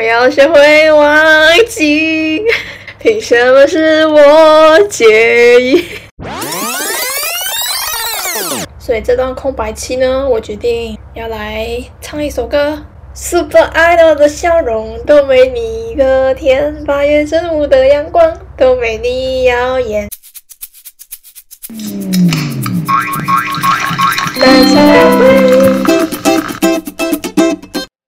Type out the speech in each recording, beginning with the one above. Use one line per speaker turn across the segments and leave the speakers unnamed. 要学会忘记，凭什么是我介意？所以这段空白期呢，我决定要来唱一首歌。Super Idol 的笑容都没你的甜，八月正午的阳光都没你耀眼。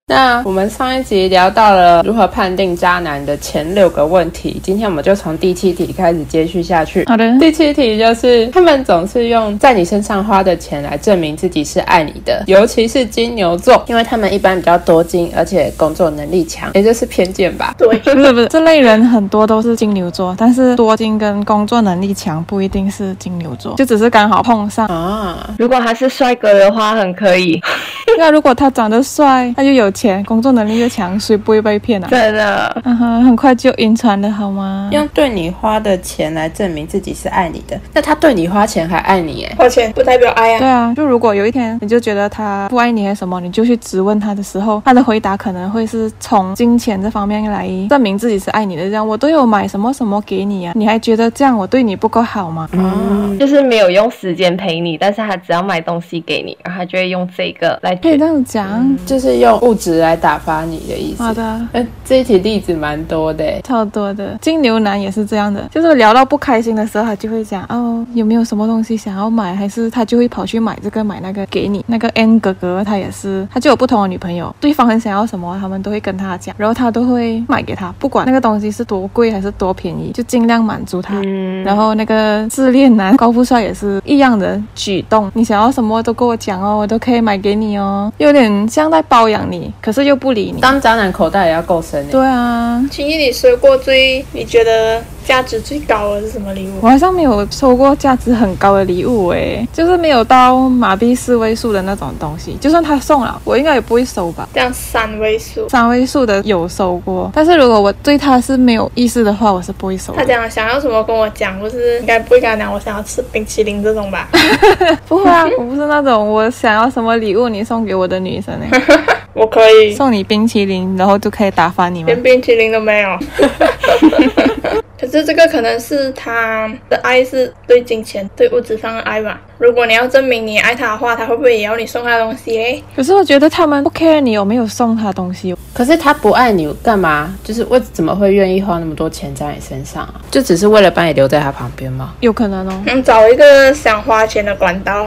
那我们上一集聊到了如何判定渣男的前六个问题，今天我们就从第七题开始接续下去。
好的，
第七题就是他们总是用在你身上花的钱来证明自己是爱你的，尤其是金牛座，因为他们一般比较多金，而且工作能力强，也就是偏见吧。
对，
不是不是，这类人很多都是金牛座，但是多金跟工作能力强不一定是金牛座，就只是刚好碰上。
啊，
如果他是帅哥的话，很可以，
那如果他长得帅，他又有钱，工作能力又强，谁不会被骗啊？
真的。
嗯哼，很快就晕船了，好吗？
用对你花的钱来证明自己是爱你的，那他对你花钱还爱你耶？
抱歉，不代表爱
对
啊。
啊，就如果有一天你就觉得他不爱你还是什么，你就去质问他的时候，他的回答可能会是从金钱这方面来证明自己是爱你的，这样我都有买什么什么给你啊，你还觉得这样我对你不够好吗？
嗯，
就是没有用时间陪你，但是他只要买东西给你，然后他就会用这个来
可以
骗
这。样讲，
就是用物质来打发你的意思。
好的。
呃，这一题例子蛮多的耶。
超多的，金牛男也是这样的，就是聊到不开心的时候，他就会讲哦，有没有什么东西想要买，还是他就会跑去买这个买那个给你。那个 N 哥哥他也是，他就有不同的女朋友，对方很想要什么，他们都会跟他讲，然后他都会买给他，不管那个东西是多贵还是多便宜，就尽量满足他。
嗯，
然后那个自恋男高富帅也是一样的举动，你想要什么都跟我讲哦，我都可以买给你哦，有点像在包养你，可是又不理你。
当渣男口袋也要够深耶
对啊，
请问你收过最你觉得价值最高的是什么礼物？
我好像没有收过价值很高的礼物诶，就是没有到马币四位数的那种东西。就算他送了，我应该也不会收吧。
这样三位数，
三位数的有收过，但是如果我对他是没有意思的话，我是不会收
他
的。
讲想要什么跟我讲，不是应该不会跟他讲我想要吃冰淇淋这种吧？
不会啊， 我不是那种我想要什么礼物你送给我的女生诶，
我可以
送你冰淇淋，然后就可以打发你们
连。冰淇淋都没有。可是这个可能是他的爱是对金钱、对物质上的爱吧。如果你要证明你爱他的话，他会不会也要你送他东西嘞？
可是我觉得他们不 care 你有没有送他东西，
可是他不爱你干嘛？就是为怎么会愿意花那么多钱在你身上啊？就只是为了把你留在他旁边吗？
有 可能哦。
嗯，找一个想花钱的管道。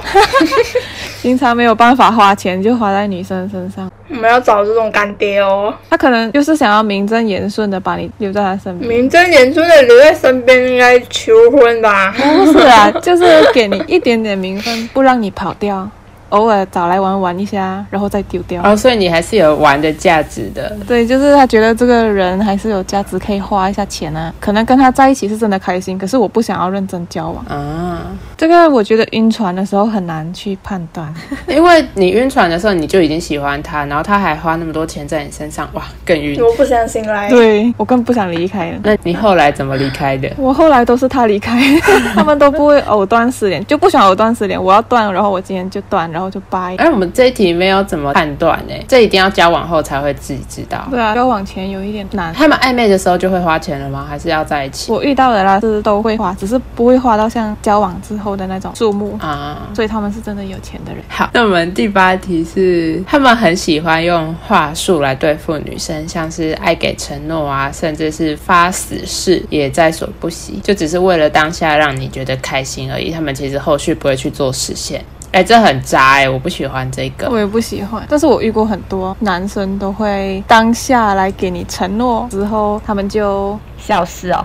平常没有办法花钱，就花在女生身上。
我们要找这种干爹哦，
他可能就是想要名正言顺的把你留在他身边。
名正言顺的留在身边，应该求婚吧？
不是 啊，就是给你一点点名分，不让你跑掉，偶尔找来玩玩一下，然后再丢掉。
哦，所以你还是有玩的价值的。
啊对，就是他觉得这个人还是有价值，可以花一下钱啊。可能跟他在一起是真的开心，可是我不想要认真交往。
啊，
这个我觉得晕船的时候很难去判断。
因为你晕船的时候你就已经喜欢他，然后他还花那么多钱在你身上，哇，更晕。
我不相信来。
对我更不想离开了。
那你后来怎么离开的？
我后来都是他离开， 他们都不会藕断丝连，就不想藕断丝连。我要断，然后我今天就断，然后就掰。
哎，我们这一题没有怎么判断呢，这一定要交往后才会自己知道。
对啊，交往前有一点难。
他们暧昧的时候就会花钱了吗？还是要在一起？
我遇到的啦是都会花，只是不会花到像交往之后的那种数目，
啊，
所以他们是真的有钱的人。
好，那我们第八题是，他们很喜欢用话术来对付女生，像是爱给承诺啊，甚至是发死誓也在所不惜，就只是为了当下让你觉得开心而已。他们其实后续不会去做实现。哎、这很渣哎、我不喜欢这
我
个。
也不喜欢，但是我遇过很多男生都会当下来给你承诺，之后他们就
小事哦，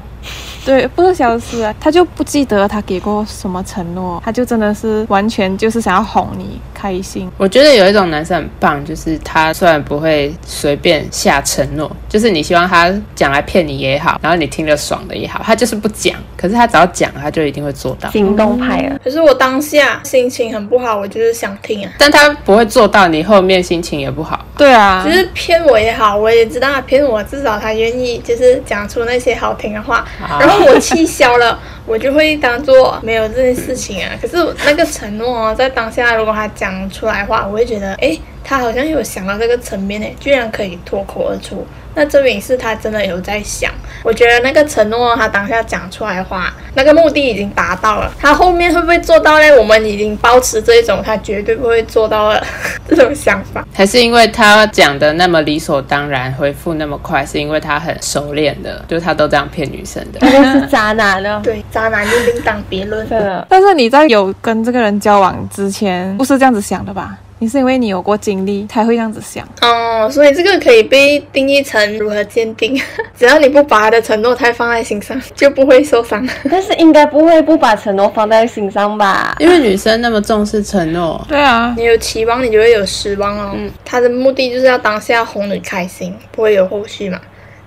对不是消失啊，他就不记得他给过什么承诺，他就真的是完全就是想要哄你开心。
我觉得有一种男生很棒，就是他虽然不会随便下承诺，就是你希望他讲来骗你也好，然后你听了爽的也好，他就是不讲，可是他只要讲，他就一定会做到。
行动派啊了。
可是我当下心情很不好，我就是想听啊。
但他不会做到，你后面心情也不好。
对啊
就，是骗我也好，我也知道他骗我，至少他愿意就是讲出那些好听的话，
啊
然后我气消了，我就会当做没有这件事情啊。可是那个承诺、哦、在当下，如果他讲出来的话，我会觉得，诶，他好像有想到这个层面诶，居然可以脱口而出，那证明是他真的有在想。我觉得那个承诺他当下讲出来的话，那个目的已经达到了，他后面会不会做到呢？我们已经保持这一种他绝对不会做到了 这种想法。
还是因为他讲的那么理所当然，回复那么快，是因为他很熟练的，就是他都这样骗女生的。
那就是渣男啊了。
对，渣男就另当别论。
嗯真的，
但是你在有跟这个人交往之前，不是这样子想的吧？你是因为你有过经历才会这样子想。
哦，所以这个可以被定义成如何鉴定？ 只要你不把他的承诺太放在心上，就不会受 伤。
但是应该不会不把承诺放在心上吧？
因为女生那么重视承诺，
对啊，
你有期望，你就会有失望哦。
嗯
他的目的就是要当下哄你开心，不会有后续嘛。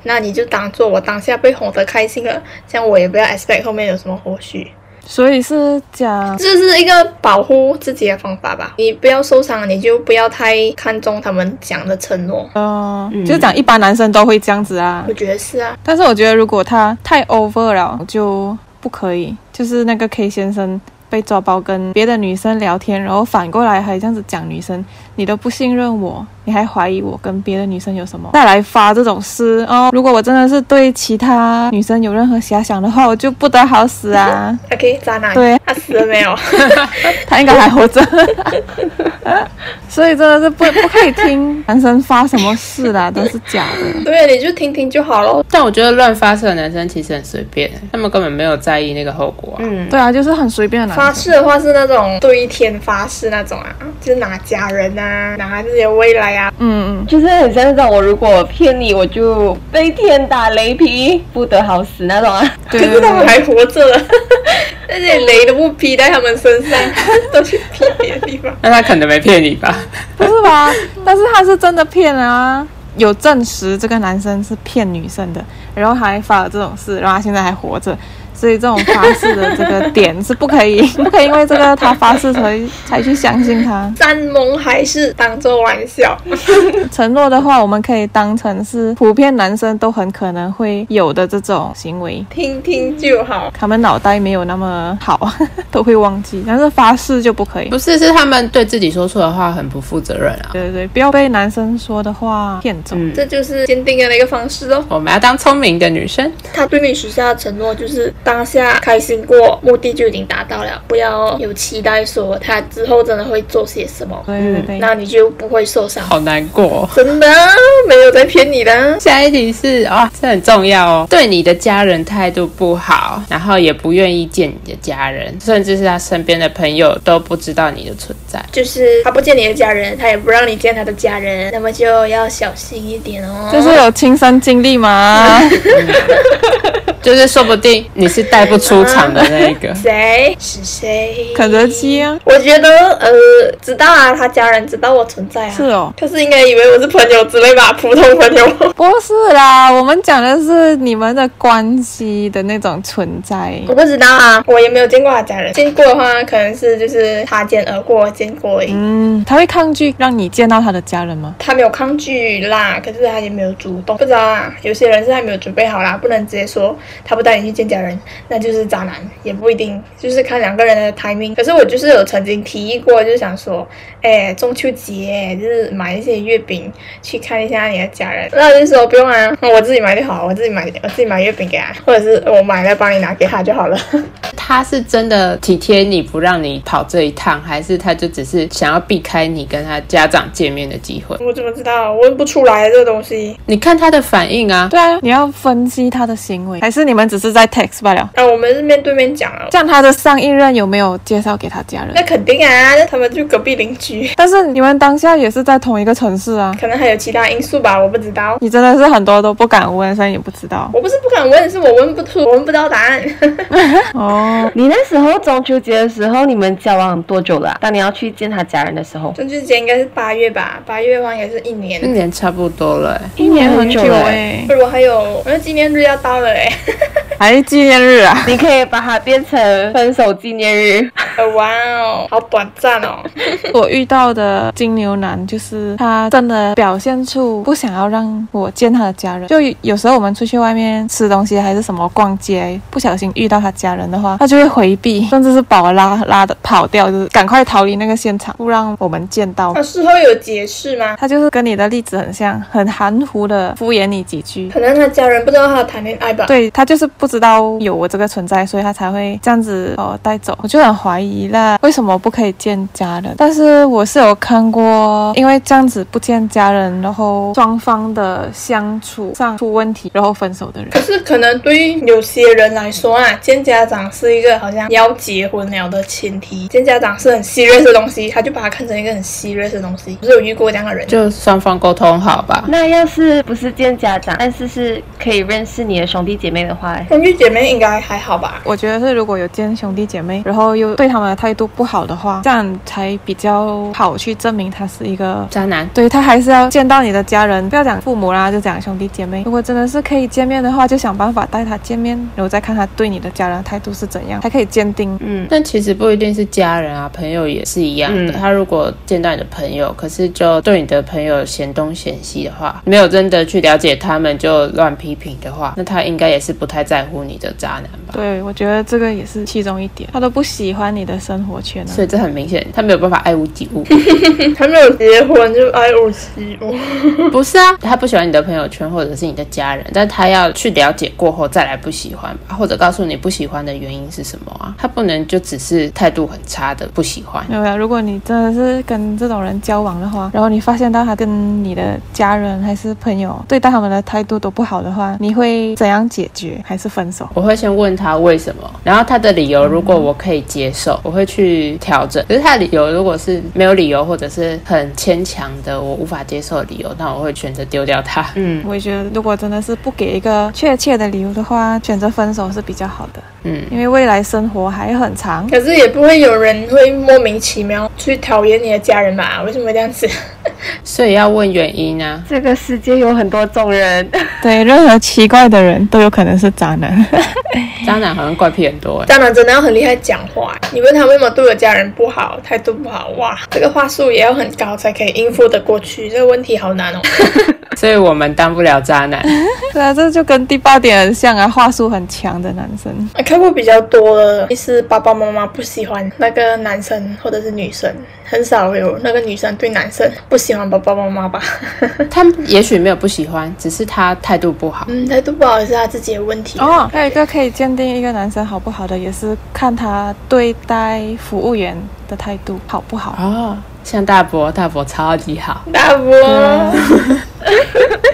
那你就当做我当下被哄得开心了，这样我也不要 expect 后面有什么后续。
所以是讲
这是一个保护自己的方法吧。你不要受伤，你就不要太看重他们讲的承诺。
呃，就是讲一般男生都会这样子啊
我。觉得是啊，
但是我觉得如果他太 over 了，就不可以。就是那个 K 先生被抓包跟别的女生聊天，然后反过来还这样子讲女生，你都不信任我，你还怀疑我跟别的女生有什么，再来发这种诗哦。如果我真的是对其他女生有任何遐想的话，我就不得好 死啊！
OK，渣男，
对
他死了没 有？
他应该还活着， 所以真的是不不可以听男生发什么事啦，都是假的。
对，你就听听就好咯。
但我觉得乱发射的男生其实很随便，他们根本没有在意那个后果、啊。
嗯，
对啊，就是很随便的男
发
生。
誓的话是那种对天发誓那种啊，就是拿家人啊，拿自己的未来啊，
嗯嗯，
就是很像那种我如果骗你，我就被天打雷劈，不得好死那种啊。
对
可
对
是他们
对。
还活着 了，而且雷都不劈在他们身上， 都去劈别的地方。
那他可能没骗你吧？
不是吧？ 但是他是真的骗了啊，有证实这个男生是骗女生的，然后还发了这种事，然后他现在还活着，所以这种发誓的这个点是不可以， 不可以因为这个他发誓才才去相信他。
山盟海誓当做玩笑，
承诺的话，我们可以当成是普遍男生都很可能会有的这种行为。
听听就好。
他们脑袋没有那么好， 都会忘记，但是发誓就不可以
不。是，是他们对自己说出的话很不负责任啊。
对对对，不要被男生说的话骗走。
嗯，
这就是鉴定的那个方式咯。
我们要当聪明的女生。
他对你许下的承诺就是当下开心过，目的就已经达到了，不要有期待说他之后真的会做些什么，
对对对，
那你就不会受伤。
好难过哦、
真的啊没有在骗你的啊。
下一题是啊、这很重要哦。对你的家人态度不好，然后也不愿意见你的家人，甚至是他身边的朋友都不知道你的存在。
就是他不见你的家人，他也不让你见他的家人，那么就要小心一点哦。。
这是有亲身经历 吗？
就是说不定你是带不出场的那一个
谁是谁？
肯德基啊，
我觉得呃，知道啊，他家人知道我存在啊，
是哦，
可是应该以为我是朋友之类吧，普通朋友。
不是啦，我们讲的是你们的关系的那种存在。
我不知道啊，我也没有见过他家人，见过的话可能是就是擦肩而过见过而已。
嗯，他会抗拒让你见到他的家人吗？
他没有抗拒啦，可是他也没有主动，不知道啊。有些人是还没有准备好啦，不能直接说他不带你去见家人，那就是渣男，也不一定，就是看两个人的 timing。可是我就是有曾经提议过，就是想说，哎，中秋节就是买一些月饼去看一下你的家人。那我就说不用啊，我自己买就好，我自己买，我自己买月饼给他，或者是我买了帮你拿给他就 好了。
他是真的体贴你不让你跑这一趟，还是他就只是想要避开你跟他家长见面的机会？
我怎么知道？我问不出来这个东西。
你看他的反应啊，
对啊，你要分析他的行为，还是你们只是在 text 罢了？
啊，我们是面对面讲啊，
像他的上一任有没有介绍给他家人
那？肯定啊，他们就隔壁邻居。
但是你们当下也是在同一个城市啊，
可能还有其他因素吧，我不知道。。
你真的是很多都不敢问，所以也不知道
我不是不敢问，是我问不出，我问不到答案。
哦，
你那时候中秋节的时候，你们交往多久了啊、当你要去见他家人的时候，
中秋节应该是八月吧，八月的话应该是一年。
一年差不多了欸、
一年
很
很
久
久了欸
哎、
我还有，我的纪念日要到了哎、
还纪念日啊，
你可以把它变成分手纪念日。
呃哇哦，好短暂哦。
我遇到的金牛男就是他真的表现出不想要让我见他的家人。就有时候我们出去外面吃东西还是什么逛街，不小心遇到他家人的话，他就会回避，甚至是把我拉拉的跑掉，就是赶快逃离那个现场，不让我们见到
那。啊事后有解释吗？
他就是跟你的例子很像，很含糊的敷衍你几句。
可能他家人不知道他谈恋爱 吧。
对他就是不知道有我这个存在，所以他才会这样子哦带走。我就很怀疑啦，为什么不可以见家人？但是我是有看过，因为这样子不见家人，然后双方的相处上出问题，然后分手的人。
可是可能对于有些人来说啊，见家长是一个好像要结婚了的前提，见家长是很 serious 的东西，他就把它看成一个很 serious 的东西。不是有遇过这样的人，
就双方沟通好吧。
那要是不是见家长，但是是可以认识你的兄弟姐妹的话，
兄弟姐妹应该还好吧？
我觉得是，如果有见兄弟姐妹，然后又对他们的态度不好的话，这样才比较好去证明他是一个
渣男，
对他还是要见到你的家人，不要讲父母啦，就讲兄弟姐妹。如果真的是可以见面的话，就想办法带他见面，然后再看他对你的家人态度是怎样，才可以坚定。
嗯，
但其实不一定是家人啊，朋友也是一样的。
嗯
他如果见到你的朋友，可是就对你的朋友嫌东嫌西的话，没有真的去了解他们就乱批评的话，那他应该也是不太在乎你的渣男吧。
对，我觉得这个也是其中一点，他都不喜欢你的生活圈啊
所。以这很明显，他没有办法爱屋及乌。
还没有结婚就爱哦五七五，
不是啊，他不喜欢你的朋友圈或者是你的家人，但他要去了解过后再来不喜欢吧，或者告诉你不喜欢的原因是什么啊？他不能就只是态度很差的不喜欢。
没有啊，如果你真的是跟这种人交往的话，然后你发现到他跟你的家人还是朋友对待他们的态度都不好的话，你会怎样解决？还是分手？
我会先问他为什么，然后他的理由如果我可以接受，我会去调整。可是他的理由如果是没有理由或者是很牵强的，我无法接受的理由，那我会选择丢掉他。
嗯，
我也觉得，如果真的是不给一个确切的理由的话，选择分手是比较好的。
嗯，
因为未来生活还很长。
可是也不会有人会莫名其妙去讨厌你的家人吧？为什么会这样子？
所以要问原因啊。
这个世界有很多种人，
对，任何奇怪的人都有可能是渣男。
渣男好像怪癖很多哎、
当然真的要很厉害讲话，你问他为什么对我家人不好，态度不好，哇，这个话术也要很高才可以应付得过去，这个问题好难哦。
所以我们当不了渣男。
对啊，这就跟第八点很像啊，话术很强的男生。
看过比较多的，就是爸爸妈妈不喜欢那个男生或者是女生，很少有那个女生对男生不喜欢爸爸妈妈吧。
他也许没有不喜欢，只是他态度不好。
嗯，态度不好也是他自己的问题
哦，还有一个可以鉴定一个男生好不好的，也是看他对待服务员的态度好不好。
哦，像大伯，大伯超级好。
大伯，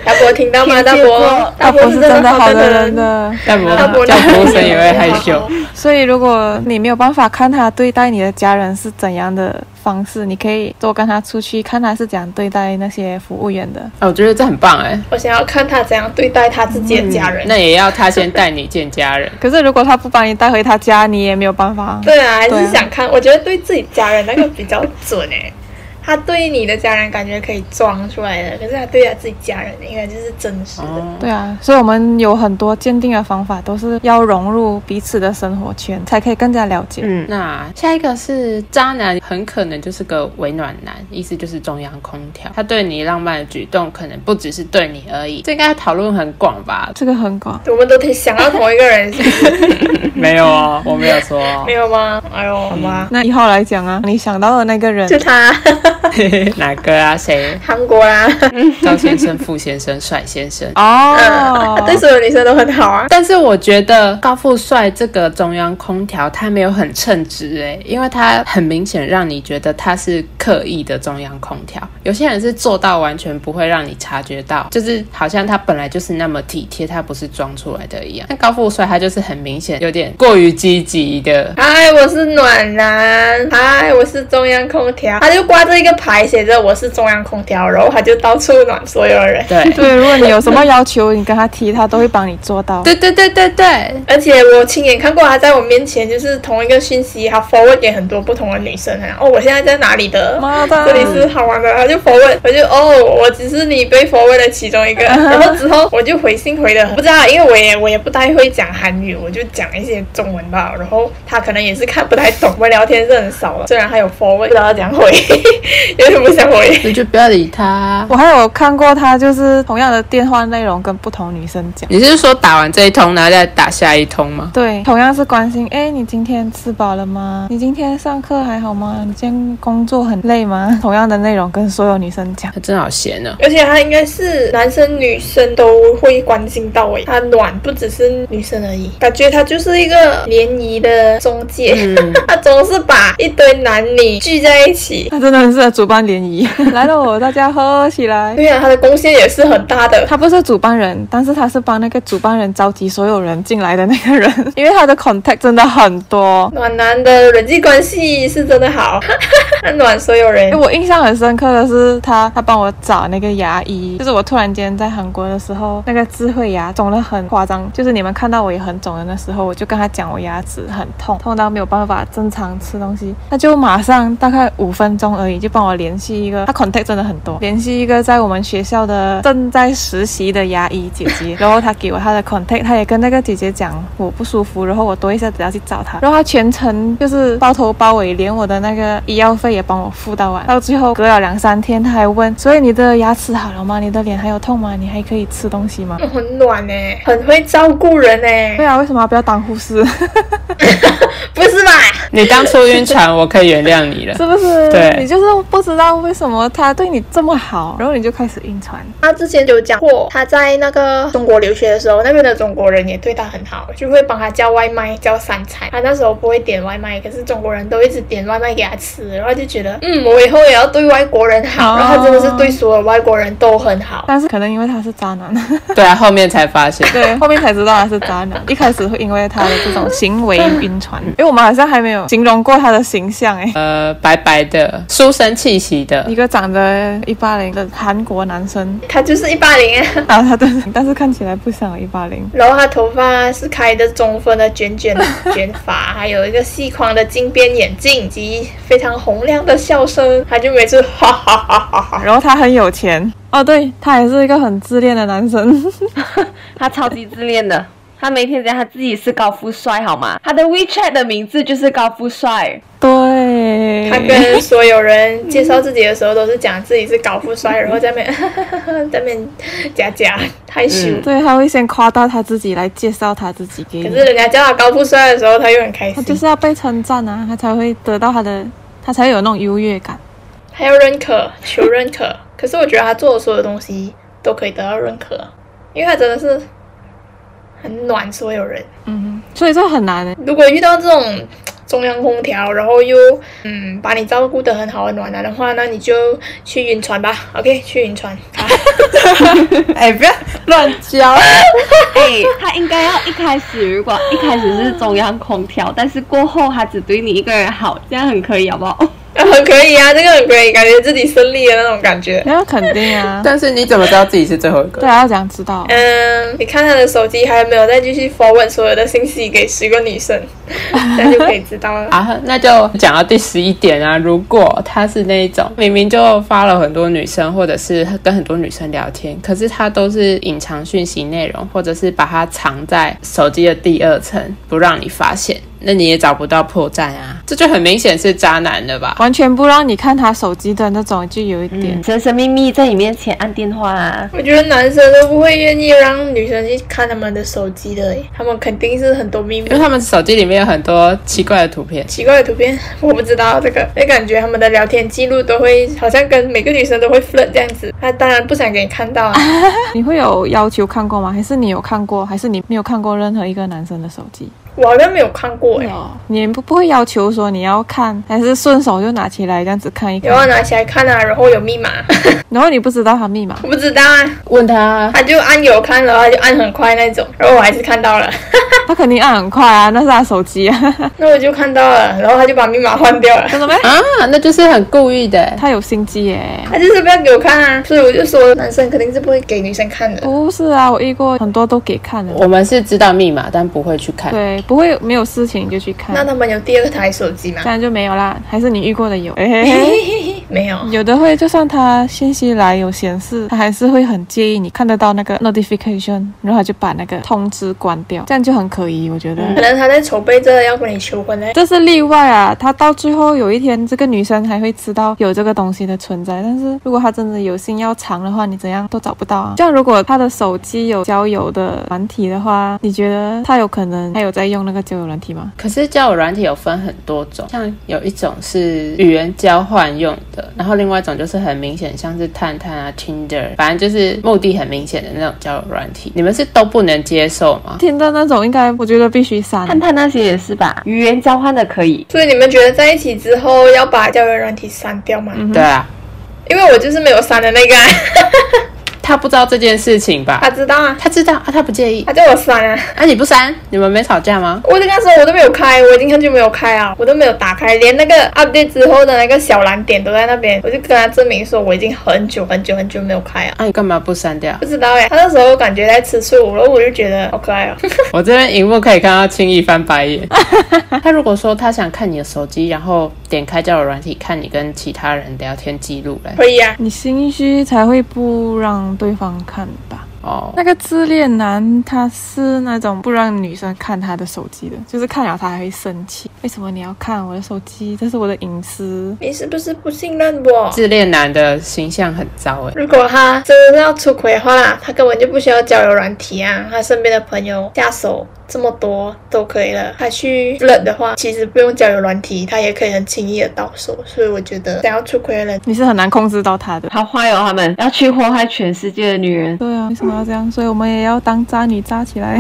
大伯听到吗？大
天蝎
伯
座，
大啊伯是真的好的人
人。
的，
大伯
大伯
叫
呢
服务生也会害羞。
所以如果你没有办法看他对待你的家人是怎样的方式，你可以多跟他出去看他是怎样对待那些服务员的。
哦，我觉得这很棒哎、
我想要看他怎样对待他自己
嗯
的家人。
那也要他先带你见家人。
可是如果他不把你带回他家，你也没有办法。
对啊，还
对
是
啊
想看。我觉得对自己家人那个比较准哎、他对你的家人感觉可以装出来的，可是他对他自己家人应该就是真实的。
哦，
对啊，所以我们有很多鉴定的方法，都是要融入彼此的生活圈，才可以更加了解。
嗯，
那下一个是渣男，很可能就是个伪暖男，意思就是中央空调。他对你浪漫的举动，可能不只是对你而已。这应该讨论很广吧？
这个很广，
我们都挺想到同一个人，是不是
没有哦，我没有说、哦
没有吗？哎呦，好吧，
那以后来讲啊，你想到的那个人
就他
哪个啊？谁？
韩国啊啦，
赵先生、傅先生、帅先生。
哦
他，对所有女生都很好啊。
但是我觉得高富帅这个中央空调，他没有很称职诶，因为他很明显让你觉得他是刻意的中央空调。有些人是做到完全不会让你察觉到，就是好像他本来就是那么体贴，他不是装出来的一样。但高富帅他就是很明显有点过于积极的。
嗨，我是暖男，嗨，我是中央空调，他就挂着一个牌写着我是中央空调，然后他就到处暖所有人。
对
对，如果你有什么要求，你跟他提，他都会帮你做到。
对对对对对，
而且我亲眼看过他在我面前，就是同一个讯息，他 forward 给很多不同的女生啊。哦，我现在在哪里的？
妈的
这里是好玩的，他就 forward，我就哦，我只是你被 forward 的其中一个。然后之后我就回信回的，不知道，因为我也我也不太会讲韩语，我就讲一些中文吧。然后他可能也是看不太懂，我们聊天是很少了，虽然他有 forward，不知道怎样回， 有点不想回。
那就不要理他
我。还有看过他，就是同样的电话内容跟不同女生讲。
你是说打完这一通，然后再打下一通吗？
对，同样是关心，哎，你今天吃饱了吗？你今天上课还好吗？你今天工作很累吗？ 同样的内容跟所有女生讲。
他真好闲哦。
而且他应该是男生女生都会关心到诶，他暖不只是女生而已，感觉他就是一个联谊的中介， 他总是把一堆男女聚在一起。
他真的很适合主办联谊， 来喽，大家喝起来。
对啊，他的贡献也是很大的。
他不是主办人，但是他是帮那个主办人召集所有人进来的那个人， 因为他的 contact 真的很多。
暖男的人际关系是真的好， 他暖所有人
哎，。我印象很深刻的是他，他帮我找那个牙医，就是我突然间在韩国的时候，那个智慧牙肿得很夸张，就是你们看到我也很肿的那时候，我就跟他讲我牙齿很痛，痛到没有办法正常吃东西，他就马上大概五分钟而已，就帮我联系一个，他 contact 真的很多，联系一个在我们学校的正在实习的牙医姐姐， 然后他给我他的 contact，他也跟那个姐姐讲我不舒服，然后我多一下子要去找他，然后他全程就是包头包尾，连我的那个医药费也帮我付到完。到最后隔了两三天，他还问，所以你的牙齿好了吗？你的脸还有痛吗？你还可以吃东西吗？
很暖欸呢、很会照顾人欸呢、
对啊，为什么不要当护士？
不是吧？
你当初晕船，我可以原谅 你了。
是不是？
对
你就是不知道为什么他对你这么好，然后你就开始晕船。
他之前有讲过，他在那个中国留学的时候，那边的中国人也对他很好，就会帮他叫外卖，叫三餐。他那时候不会点外卖，可是中国人都一直点外卖给他吃，然后就觉得，嗯，我以后也要对外国人好。
哦
然后他真的是对所有外国人都很好。
但是可能因为他是渣男，
对啊，后面才发现。
对，后面才知道他是渣 男。一开始会因为他的这种行为晕船， 因为我们好像还没有形容过他的形象哎。
呃，白白的，书生气息的
一，个长得一八零的韩国男生，
他就是一八零，啊
然后他对， 但是看起来不像一八零。
然后他头发是开的中分的卷卷 卷发，还有一个细框的金边眼镜以及非常洪亮的笑声，他就每次哈哈哈哈哈。
然后他很有钱哦，对他还是一个很自恋的男生。
他超级自恋的。他每天讲他自己是高富帅，好吗？他的 WeChat 的名字就是高富帅。
对，
他跟所有人介绍自己的时候，都是讲自己是高富帅，然后在那边 在那边假假害羞。
嗯
对他会先夸到他自己来介绍他自己给
可
你
是，人家叫他高富帅的时候，他又很开
他
心，
就是要被称赞啊，他才会得到他的，他才有那种优越感。
还要认可，求认可。可是我觉得他做的所有东西都可以得到认可，因为他真的是很暖所有人。
嗯，所以这很难欸。
如果遇到这种中央空调，然后又嗯把你照顾得很好的暖男的话，那你就去晕船吧。OK，去晕船。好
哎，不要乱教。
哎、他应该要一开始，如果一开始是中央空调，但是过后他只对你一个人好，这样很可以，好不好？
啊很可以啊，这个很可以，感觉自己胜利的那种感觉。
你要肯 定啊，
但是你怎么知道自己是最后一个
对？啊，要讲知道。
嗯，你看他的手机还有没有再继续 forward 所有的信息给十个女生，这样就可以知道了。
啊，那就讲到第十一点啊。如果他是那一种明明就发了很多女生，或者是跟很多女生聊天，可是他都是隐藏讯息内容，或者是把它藏在手机的第二层，不让你发现，那你也找不到破绽啊。这就很明显是渣男了吧？
完全不让你看他手机的那种，就有一点、
嗯
嗯
神神秘秘在你面前按电话、啊，
我觉得男生都不会愿意让女生去看他们的手机的诶，他们肯定是很多秘密
因为。他们手机里面有很多奇怪的图片，
奇怪的图片，我不知道这个，也感觉他们的聊天记录都会好像跟每个女生都会 flirt 这样子，他当然不想给你看到啊。
你会有要求看过吗？还是你有看过？还是你没有看过任何一个男生的手机？
我好像没有看过哎、
哦，你不不会要求说你要看，还是顺手就拿起来这样子看一看
有？要拿起来看啊，然后有密码，
然后你不知道它密码
我，不知道啊，
问他
他就按有看，然后他就按很快那种，然后我还是看到了，
它肯定按很快啊，那是他手机啊，
那我就看到了，然后他就把密码换掉了。
真的吗？
啊，那就是很故意的。
他有心机耶。
他就是不要给我看啊，所以我就说男生肯定是不会给女生看的。
不是啊，我遇过很多都给看了，
哦
我们是知道密码，但不会去看。
对，不会没有事情就去看
那，他们有第二台手机吗
当？然就没有啦。还是你遇过 的有？嘿嘿
嘿
嘿
嘿嘿嘿 没有，
有的会，就算他信息来有显示，他还是会很介意你看得到那个 notification，然后他就把那个通知关掉，这样就很可疑，我觉得。
可能他在筹备着要跟你求婚嘞。
这是例外啊，他到最后有一天，这个女生还会知道有这个东西的存在。但是如果他真的有心要藏的话，你怎样都找不到啊。像如果他的手机有交友的软体的话，你觉得他有可能还有在用那个交友软体吗？
可是交友软体有分很多种，像有一种是语言交换用的，然后另外一种就是很明显像是探探啊、Tinder，反正就是目的很明显的那种交友软体。你们是都不能接受吗？
听到那种应该，我觉得必须删。
探探那些也是吧，语言交换的可以。
所以你们觉得在一起之后要把交友软体删掉吗？
对啊，
因为我就是没有删的那个、啊，
他不知道这件事情吧？
他知道 啊，
他知道啊，他 不介意
他叫我删啊。
啊，你不删，你们没吵架吗？
我那个时候我都没有开，我已经很久没有开啊，我都没有打开，连那个 update 之后的那个小蓝点都在那边，我就跟他证明说我已经很久很久很久没有开啊。
啊，你干嘛不删掉
不？知道哎，他那时候感觉在吃醋，然后我就觉得好可 爱哦。
我这边荧幕可以看到轻易翻白眼。 他如果说他想看你的手机，然后点开交友软体看你跟其他人聊天记录嘞。
可以啊，
你心虚才会不让对方看吧？
哦，
那个自恋男他是那种不让女生看他的手机的，就是看了他还会生气。为什么你要看我的手机？这是我的隐私。
你是不是不信任我？
自恋男的形象很糟哎。
如果他真的要出轨的话，他根本就不需要交友软体啊，他身边的朋友下手这么多都可以了。他去 flirt 的话，其实不用交友软体，他也可以很轻易的到手。所以我觉得想要出轨的人，
你是很难控制到他的。
好坏哦，他们要去祸害全世界的女人。
对啊，为什么要这样？所以我们也要当渣女 渣起来。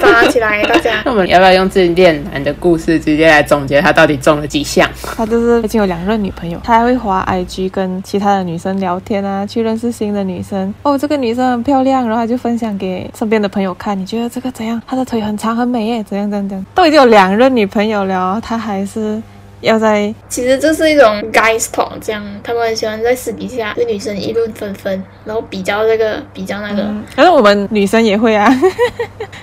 抓起来大家
那。我们要不要用自恋男的故事直接来总结他到底中了几项？
他就是已经有两任女朋友，他还会滑 IG 跟其他的女生聊天啊，去认识新的女生。哦，这个女生很漂亮，然后他就分享给身边的朋友看，你觉得这个怎样？她的腿很长很美耶，怎样怎样怎样？都已经有两任女朋友了，他还是要在
其实这是一种 guys talk，这样他们很喜欢在私底下对女生议论纷纷，然后比较这个比较那个。
嗯，可是我们女生也会啊。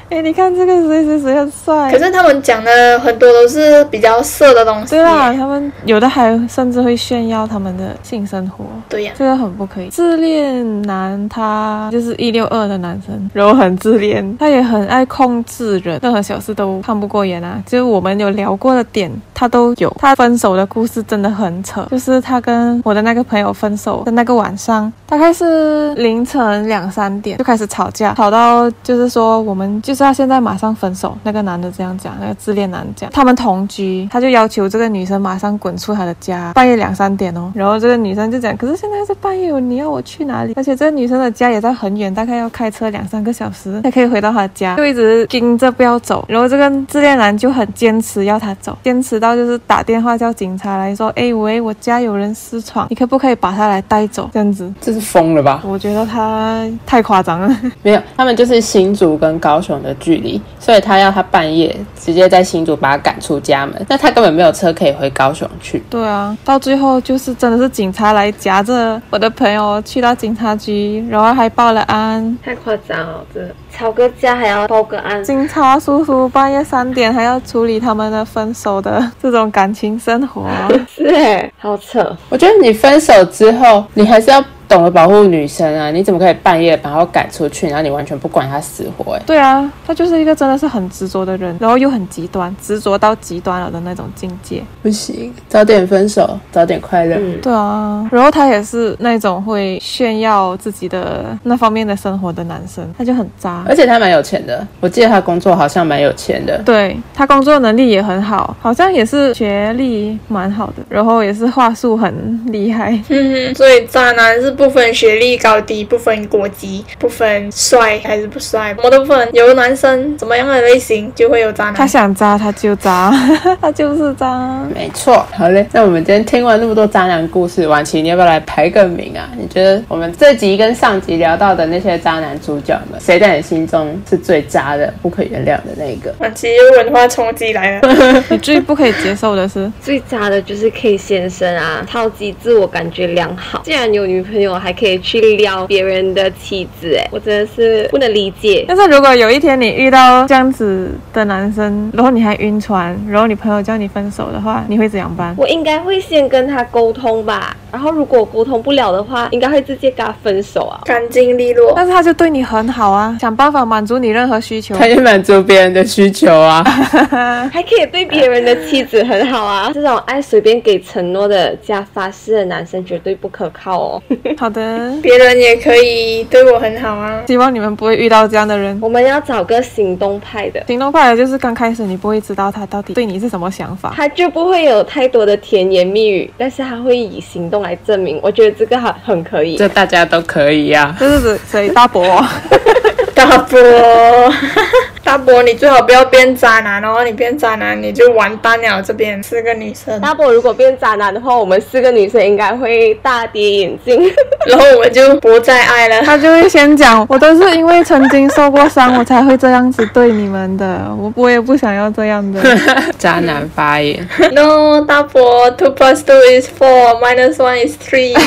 哎，你看这个谁谁谁很帅
可。是他们讲的很多都是比较色的东西。
对啊啦，他们有的还甚至会炫耀他们的性生活，
对呀、
这个很不可以。自恋男他就是一六二的男生，然后很自恋，他也很爱控制人，任何小事都看不过眼啊。就是我们有聊过的点，他都有。他分手的故事真的很扯，就是他跟我的那个朋友分手的那个晚上，大概是凌晨两三点就开始吵架，吵到就是说我们就是要现在马上分手。那个男的这样讲，那个自恋男讲，他们同居，他就要求这个女生马上滚出他的家，半夜两三点哦。然后这个女生就讲，可是现在是半夜哦，你要我去哪里？而且这个女生的家也在很远，大概要开车两三个小时才可以回到她家，就一直盯着不要走。然后这个自恋男就很坚持要她走，坚持到就是打电话叫警察来说，哎喂，我家有人私闯，你可不可以把她来带走？这样子。
这是疯了吧？
我觉得他太夸张了，
没有，他们就是新竹跟高雄的距离，所以他要他半夜直接在新竹把他赶出家门，那他根本没有车可以回高雄去。
对啊，到最后就是真的是警察来夹着我的朋友去到警察局，然后还报了案。
太夸张了，这吵个架还要报个案，
警察叔叔半夜三点还要处理他们的分手的这种感情生活，
是哎、好扯。
我觉得你分手之后，你还是要懂得保护女生啊！你怎么可以半夜把她赶出去，然后你完全不管她死活、欸？
对啊，他就是一个真的是很执着的人，然后又很极端，执着到极端了的那种境界。
不行，早点分手，早点快乐。
嗯，
对啊，然后他也是那种会炫耀自己的那方面的生活的男生，他就很渣。
而且他蛮有钱的，我记得他工作好像蛮有钱的。
对他工作能力也很好，好像也是学历蛮好的，然后也是话术很厉害。
嗯，所以渣男是不不分学历高低，不分国籍，不分帅还是不帅，什么都不分。有男生怎么样的类型，就会有渣
他
男。
想渣他就渣， 他就是渣。
没错，好嘞，那我们今天听完那么多渣男故事，婉琪，你要不要来排个名啊？你觉得我们这集跟上集聊到的那些渣男主角们，谁在你心中是最渣的、不可原谅的那一个？
啊，其实文化冲击来 了。
你最不可以接受的是，
最渣的就是 K 先生啊，超级自我感觉良好，竟然有女朋友还可以去撩别人的妻子，哎，我真的是不能理解。
但是如果有一天你遇到这样子的男生，然后你还晕船，然后你朋友叫你分手的话，你会怎样办？
我应该会先跟他沟通吧，然后如果我沟通不了的话，应该会直接跟他分手啊。
干净利落，
但是他就对你很好啊，想办法满足你任何需求。
他就满足别人的需求啊！
还可以对别人的妻子很好啊！这种爱随便给承诺的加发誓的男生绝对不可靠哦。
好的，
别人也可以对我很好 啊。
希望你们不会遇到这样的人。
我们要找个行动派的，
行动派的就是刚开始你不会知道他到底对你是什么想法，
他就不会有太多的甜言蜜语，但是他会以行动来证明。我觉得这个很很可以。
这大家都可以啊呀、
就是指谁大伯、哦
大伯， 大伯，你最好不要变渣男哦！你变渣男你就完蛋了。这边四个女生，
大伯如果变渣男的话，我们四个女生应该会大跌眼 镜。
然后我就不再爱了。
他就会先讲，我都是因为曾经受过伤，我才会这样子对你们的，我我也不想要这样的。
渣男发言。
no，大伯，two plus two is four，minus one is three。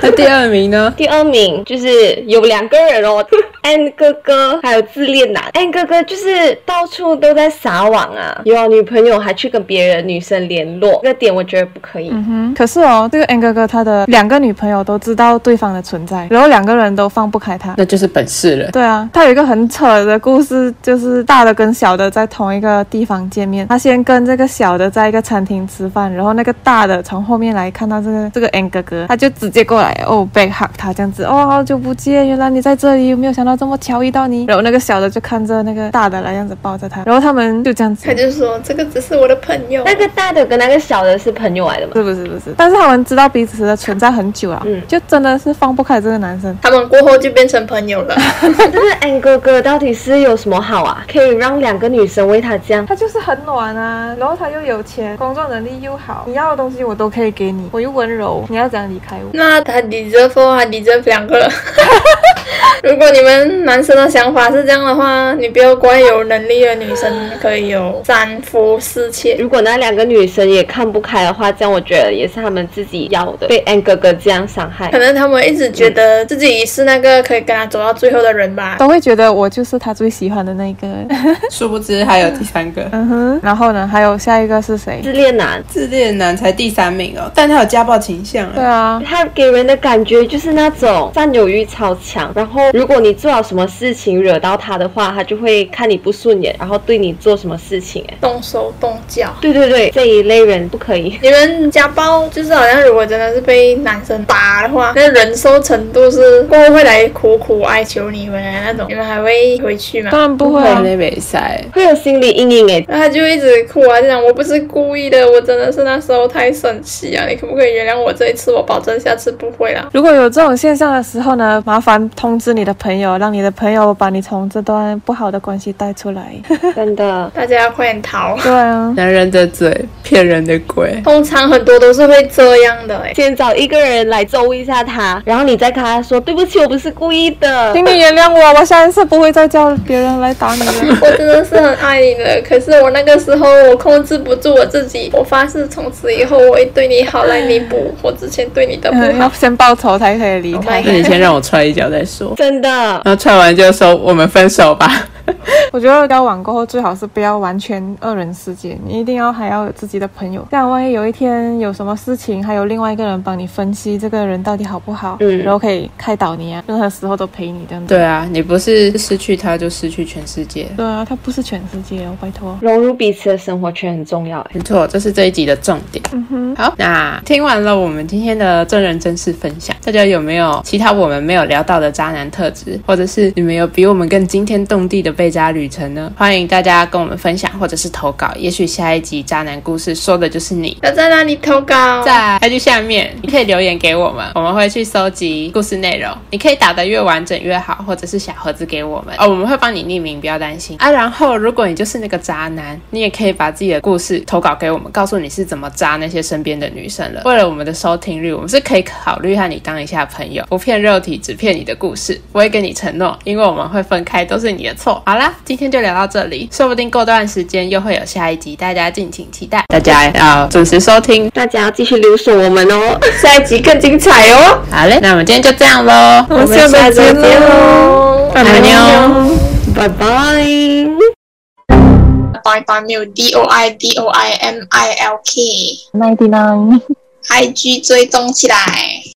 那第二名呢？
第二名就是有两个人哦，N 哥哥还有自恋男。N 哥哥就是到处都在撒网啊，有了女朋友还去跟别人女生联络，这个点我觉得不可以。
嗯，可是哦，这个 N 哥哥他的两个女朋友都知道对方的存在，然后两个人都放不开他。
那就是本事了。
对啊，他有一个很扯的故事，就是大的跟小的在同一个地方见面。他先跟这个小的在一个餐厅吃饭，然后那个大的从后面来看到这个这个 N 哥哥，他就直接过来哦 b a c hug 他这样子，哦好久不见，原来你在这里，没有想到这么巧遇到你。然后那个小的就看着那个大的来这样子抱着他，然后他们就这 样子
他。就说这个只是我的朋友。
那个大的跟那个小的是朋友来的吗？
是不是不是？但是他们知道彼此的存在很久了，啊
嗯
就真的是放不开这个男生。
他们过后就变成朋友了。
但是 N 哥哥到底是有什么好啊？可以让两个女生为他这样？
他就是很暖啊，然后他又有钱，工作能力又好，你要的东西我都可以给你，我又温柔，你要怎样离开我？
那他 deserve four，他 deserve 两个。如果你们男生的想法是这样的话，你不要怪有能力的女生可以有三夫四妾。
如果那两个女生也看不开的话，这样我觉得也是他们自己要的，被 N 哥哥这样伤害
可。能他们一直觉得自己是那个可以跟他走到最后的人吧。
都会觉得我就是他最喜欢的那一个。
殊不知还有第三个
嗯哼，然后呢，还有下一个是谁？
自恋男
自恋男才第三名哦，但他有家暴倾向
对。啊，
他给人的感觉就是那种占有欲超强，然后如果你做了什么事情惹到他的话，他就会看你不顺眼，然后对你做什么事情。哎，
动手动脚。
对对对，这一类人不可以。
你们家暴就是好像如果真的是被男生打的话，那忍受程度是过后会来苦苦哀求你回来那种，你们还会回去吗？
当然不会啊。
那北塞，
会有心理阴影哎，
然后他就一直哭啊，就讲我不是故意的，我真的是那时候太生气啊，你可不可以原谅我这一次？我保证下次不会啦。
如果有这种现象的时候呢，麻烦通知你的朋友，让你的朋友把你从这段不好的关系带出 来。
真的。
大家快点逃！
对 啊，
男人的嘴，骗人的鬼。
通常很多都是会这样的、欸，
先找一个人来揍一下他，然后你再跟他说对不起，我不是故意的。
请你原谅我，我下一次不会再叫别人来打你了。
我真的是很爱你的，可是我那个时候我控制不住我自己，我发誓从此以后我会对你好来弥补我之前对你的不
嗯要
哎好。
先报仇才可以离
Oh
开。
my
那
god
你先让我踹一脚再说，
真的，
然后踹完就说我们分手吧。
我觉得交往过后最好是不要完全二人世界，你一定要还要有自己的朋友，这样万一有一天有什么事情，还有另外一个人帮你分析这个人到底好不好，
嗯
然后可以开导你啊，任何时候都陪你这样子。
对啊，你不是失去他就失去全世界。
对啊，他不是全世界哦，拜托。
融入彼此的生活圈很重要哎。
没错，这是这一集的重点。
嗯哼，
好，那听完了我们今天的真人真事分享，大家有没有其他我们没有聊到的渣男特质，或者是你们有比我们更惊天动地的被家旅程呢？欢迎大家跟我们分享或者是投稿，也许下一集渣男故事说的就是你。
要在哪里投稿？
在 IG 下面，你可以留言给我们，我们会去搜集故事内容。你可以打得越完整越好，或者是小盒子给我们哦，我们会帮你匿名，不要担心啊。然后，如果你就是那个渣男，你也可以把自己的故事投稿给我们，告诉你是怎么渣那些身边的女生了。为了我们的收听率，我们是可以考虑和你当一下朋友，不骗肉体，只骗你的故事。不会跟你承诺，因为我们会分开，都是你的错。好啦，今天就聊到这里，说不定过段时间又会有下一集，大家敬请期待。大家要准时收听。
大家要继续留守我们哦。
下一集更精彩哦！
好嘞，那我们今天就这样喽，
我们下周见喽，
拜拜。
哦拜拜。
拜拜 mil d o i d o i m i l k
ninety nine。
，IG 追踪起来。